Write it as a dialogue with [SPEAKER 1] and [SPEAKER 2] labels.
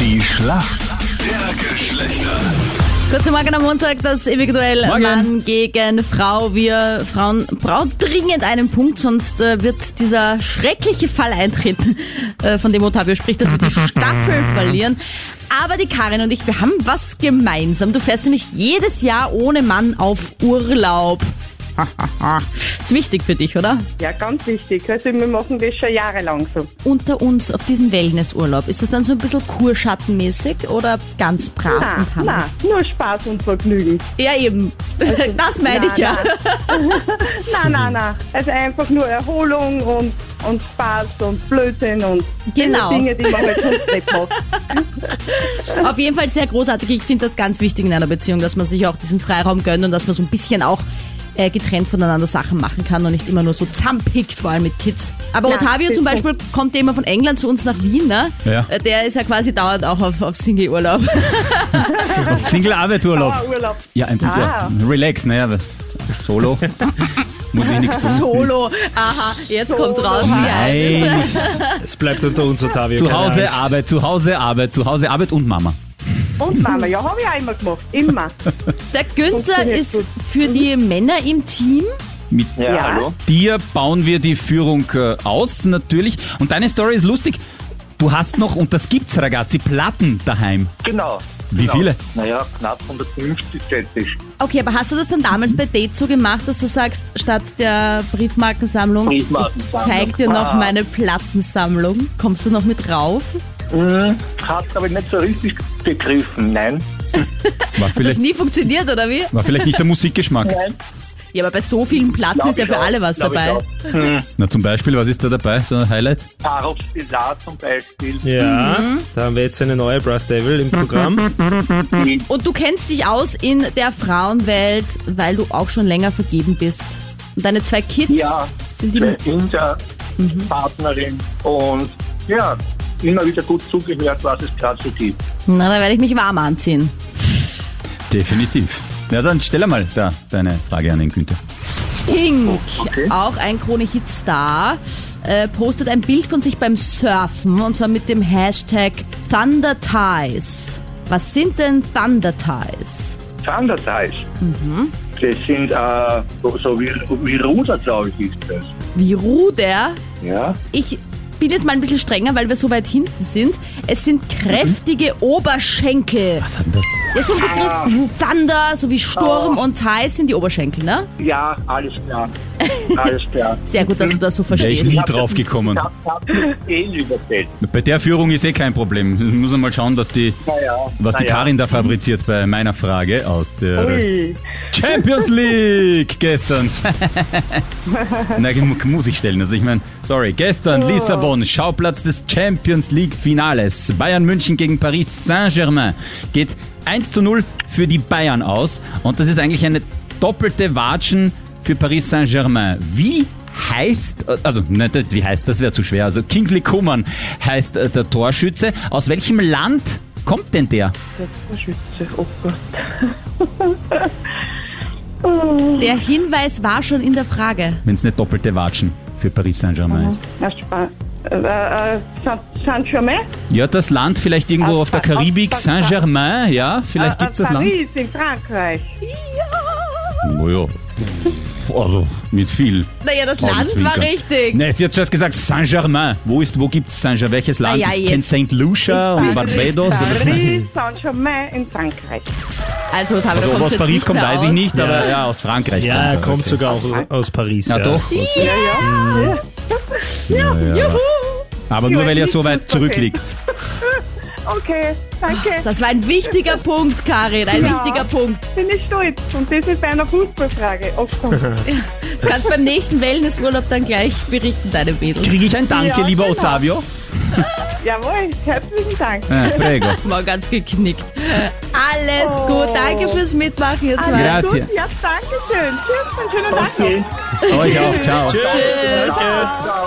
[SPEAKER 1] Die Schlacht der Geschlechter.
[SPEAKER 2] Kurz am Morgen am Montag das ewige Duell
[SPEAKER 3] Morgen.
[SPEAKER 2] Mann gegen Frau. Wir Frauen brauchen dringend einen Punkt, sonst äh, wird dieser schreckliche Fall eintreten, äh, von dem Otavio spricht, dass wir die Staffel verlieren. Aber die Karin und ich, wir haben was gemeinsam. Du fährst nämlich jedes Jahr ohne Mann auf Urlaub. ist wichtig für dich, oder?
[SPEAKER 4] Ja, ganz wichtig. Also wir machen das schon jahrelang so.
[SPEAKER 2] Unter uns auf diesem Wellnessurlaub, ist das dann so ein bisschen kurschattenmäßig oder ganz brav
[SPEAKER 4] Nein,
[SPEAKER 2] und harmlos?
[SPEAKER 4] nein, nur Spaß und Vergnügen.
[SPEAKER 2] Ja, eben. Das meine ich ja.
[SPEAKER 4] Nein, Nein, nein, nein. Also einfach nur Erholung und, und Spaß und Blödsinn und
[SPEAKER 2] Genau.
[SPEAKER 4] diese Dinge, die man halt sonst nicht macht.
[SPEAKER 2] Auf jeden Fall sehr großartig. Ich finde das ganz wichtig in einer Beziehung, dass man sich auch diesen Freiraum gönnt und dass man so ein bisschen auch äh, getrennt voneinander Sachen machen kann und nicht immer nur so zampigt, vor allem mit Kids. Aber
[SPEAKER 4] Ja,
[SPEAKER 2] Otavio
[SPEAKER 4] das
[SPEAKER 2] zum
[SPEAKER 4] ist
[SPEAKER 2] Beispiel kommt ja immer von England zu uns nach Wien, ne?
[SPEAKER 3] Ja.
[SPEAKER 2] Äh, Der ist ja quasi dauernd auch auf, auf Single-Urlaub.
[SPEAKER 3] Auf Single-Arbeit-Urlaub.
[SPEAKER 4] Ah, Urlaub.
[SPEAKER 3] Ja, ein Punkt.
[SPEAKER 4] Ah.
[SPEAKER 3] Ja. Relax, naja, das- Solo. Muss ich nichts tun.
[SPEAKER 2] Solo. Aha, jetzt kommt
[SPEAKER 4] Solo.
[SPEAKER 2] raus, wie alt ist er.
[SPEAKER 3] Nein.
[SPEAKER 5] Es bleibt unter uns, Otavio.
[SPEAKER 3] Zu
[SPEAKER 5] keine
[SPEAKER 3] Hause
[SPEAKER 5] Angst.
[SPEAKER 3] Arbeit, zu Hause Arbeit, zu Hause Arbeit und Mama.
[SPEAKER 4] Und Mama, ja, habe ich auch immer gemacht. Immer.
[SPEAKER 2] Der Günther
[SPEAKER 4] Funktioniert
[SPEAKER 2] ist
[SPEAKER 4] gut. Mhm.
[SPEAKER 2] für die Männer im Team.
[SPEAKER 3] Mit
[SPEAKER 6] Ja,
[SPEAKER 4] Ja.
[SPEAKER 6] hallo.
[SPEAKER 3] dir bauen wir die Führung äh, aus, natürlich. Und deine Story ist lustig. Du hast noch, und das gibt's, Ragazzi, Platten daheim.
[SPEAKER 6] Genau.
[SPEAKER 3] Wie
[SPEAKER 6] genau.
[SPEAKER 3] viele?
[SPEAKER 6] Naja, knapp 150 schätze ich.
[SPEAKER 2] Okay, aber hast du das dann damals bei Date so gemacht, dass du sagst, statt der Briefmarkensammlung,
[SPEAKER 6] Briefmarkensammlung.
[SPEAKER 2] zeig dir noch
[SPEAKER 6] Ah.
[SPEAKER 2] meine Plattensammlung? Kommst du noch mit rauf?
[SPEAKER 6] Hm, hab's aber nicht so richtig begriffen, nein.
[SPEAKER 3] War
[SPEAKER 2] Das
[SPEAKER 3] vielleicht,
[SPEAKER 2] nie funktioniert, oder wie?
[SPEAKER 3] war vielleicht nicht der Musikgeschmack.
[SPEAKER 2] Ja, aber bei so vielen Platten
[SPEAKER 6] Glaub
[SPEAKER 2] ist ja
[SPEAKER 6] ich
[SPEAKER 2] für
[SPEAKER 6] auch,
[SPEAKER 2] alle was
[SPEAKER 6] glaub ich
[SPEAKER 2] dabei.
[SPEAKER 6] auch.
[SPEAKER 3] Na, zum Beispiel, was ist da dabei? So ein Highlight?
[SPEAKER 6] Parov Spizar zum Beispiel.
[SPEAKER 5] Ja, da haben wir jetzt eine neue Brass Devil im Programm.
[SPEAKER 2] Und du kennst dich aus in der Frauenwelt, weil du auch schon länger vergeben bist. Und deine zwei Kids
[SPEAKER 6] Ja,
[SPEAKER 2] sind die.
[SPEAKER 6] zwei Kinder, Partnerin und ja, immer wieder gut zugehört, was es gerade so gibt.
[SPEAKER 2] Na, da werde ich mich warm anziehen.
[SPEAKER 3] Definitiv. Na, dann stell einmal da deine Frage an den Günther.
[SPEAKER 2] Pink,
[SPEAKER 6] Okay.
[SPEAKER 2] auch ein Krone-Hit-Star, äh, postet ein Bild von sich beim Surfen und zwar mit dem Hashtag Thunder Ties. Was sind denn Thunder Ties?
[SPEAKER 6] Thunderteis.
[SPEAKER 2] Mhm.
[SPEAKER 6] Das sind äh, so, so wie, wie Ruder, glaube ich, ist das.
[SPEAKER 2] Wie Ruder?
[SPEAKER 6] Ja.
[SPEAKER 2] Ich bin jetzt mal ein bisschen strenger, weil wir so weit hinten sind. Es sind kräftige Oberschenkel.
[SPEAKER 3] Was hat denn das?
[SPEAKER 2] Das sind
[SPEAKER 4] Ah.
[SPEAKER 2] Begriff Thunder sowie Sturm
[SPEAKER 4] Oh.
[SPEAKER 2] und Ties sind die Oberschenkel, ne?
[SPEAKER 6] Ja, alles klar. Alles klar.
[SPEAKER 2] Sehr gut, dass du das so
[SPEAKER 3] Wäre ich
[SPEAKER 2] verstehst.
[SPEAKER 3] nie drauf gekommen.
[SPEAKER 6] Ich hab, hab das eh übersetzt.
[SPEAKER 3] Bei der Führung ist eh kein Problem. Ich muss einmal schauen, dass die,
[SPEAKER 6] Naja.
[SPEAKER 3] was die
[SPEAKER 6] naja.
[SPEAKER 3] Karin da fabriziert bei meiner Frage aus
[SPEAKER 4] Oh
[SPEAKER 3] der
[SPEAKER 4] Ui.
[SPEAKER 3] Champions League gestern. Na, mu- muss ich stellen. Also ich meine, sorry, gestern Lissabon, Schauplatz des Champions League Finales. Bayern München gegen Paris Saint-Germain geht 1 zu 0 für die Bayern aus. Und das ist eigentlich eine doppelte Watschen für Paris Saint-Germain. Wie heißt, also nicht, nicht wie heißt, das wäre zu schwer. Also Kingsley Coman heißt äh, der Torschütze. Aus welchem Land kommt denn der?
[SPEAKER 4] Schütze, oh Gott.
[SPEAKER 2] Der Hinweis war schon in der Frage.
[SPEAKER 3] Wenn es eine doppelte Watschen für Paris Saint-Germain ist.
[SPEAKER 4] Na, Spaß. Äh, äh, Saint- Saint-Germain?
[SPEAKER 3] Ja, das Land vielleicht irgendwo auf der
[SPEAKER 4] Pa-
[SPEAKER 3] Karibik,
[SPEAKER 4] Pa-
[SPEAKER 3] Saint-Germain, ja, vielleicht
[SPEAKER 4] Äh,
[SPEAKER 3] gibt's das Land.
[SPEAKER 4] Paris in Frankreich.
[SPEAKER 3] Naja, Oh also mit viel.
[SPEAKER 2] Naja, das Land war
[SPEAKER 3] Augenzwinkern.
[SPEAKER 2] richtig.
[SPEAKER 3] Ne, sie hat zuerst gesagt Saint-Germain. Wo ist, wo gibt's Saint-Germain? Welches Land?
[SPEAKER 2] Naja,
[SPEAKER 3] ich kenne
[SPEAKER 2] jetzt.
[SPEAKER 3] St. Lucia und Barbados.
[SPEAKER 4] Paris, Saint-Germain in Frankreich.
[SPEAKER 2] Also, Tavi, da
[SPEAKER 3] Also, ob
[SPEAKER 2] kommst
[SPEAKER 3] aus
[SPEAKER 2] du jetzt
[SPEAKER 3] Paris
[SPEAKER 2] nicht
[SPEAKER 3] kommt,
[SPEAKER 2] mehr
[SPEAKER 3] weiß ich
[SPEAKER 2] aus.
[SPEAKER 3] nicht,
[SPEAKER 5] Ja.
[SPEAKER 3] aber ja, aus Frankreich.
[SPEAKER 5] Ja, er
[SPEAKER 3] er,
[SPEAKER 5] kommt
[SPEAKER 3] okay.
[SPEAKER 5] sogar auch aus Paris.
[SPEAKER 3] Na doch.
[SPEAKER 4] Ja, ja.
[SPEAKER 3] Ja, ja. Aber nur
[SPEAKER 4] Ja,
[SPEAKER 3] weil er so
[SPEAKER 4] ich
[SPEAKER 3] weit
[SPEAKER 4] muss
[SPEAKER 3] zurückliegt.
[SPEAKER 4] Okay, danke.
[SPEAKER 2] Das war ein wichtiger Punkt, Karin, ein
[SPEAKER 4] Ja.
[SPEAKER 2] wichtiger Punkt.
[SPEAKER 4] bin ich stolz. Und das ist bei einer Fußballfrage. Oh Gott.
[SPEAKER 2] Das kannst du beim nächsten Wellnessurlaub dann gleich berichten, deine Mädels.
[SPEAKER 3] Kriege ich ein Danke,
[SPEAKER 4] Ja,
[SPEAKER 3] lieber
[SPEAKER 4] genau.
[SPEAKER 3] Ottavio?
[SPEAKER 4] Jawohl, herzlichen Dank.
[SPEAKER 3] Ja, prego.
[SPEAKER 2] Mal ganz geknickt. Alles
[SPEAKER 4] Oh.
[SPEAKER 2] gut, danke fürs Mitmachen, ihr zwei.
[SPEAKER 3] Grazie.
[SPEAKER 4] Gut, ja, danke schön. Tschüss und schönen Tag noch.
[SPEAKER 3] Euch auch, ciao.
[SPEAKER 5] Tschüss. Danke.
[SPEAKER 6] Ciao.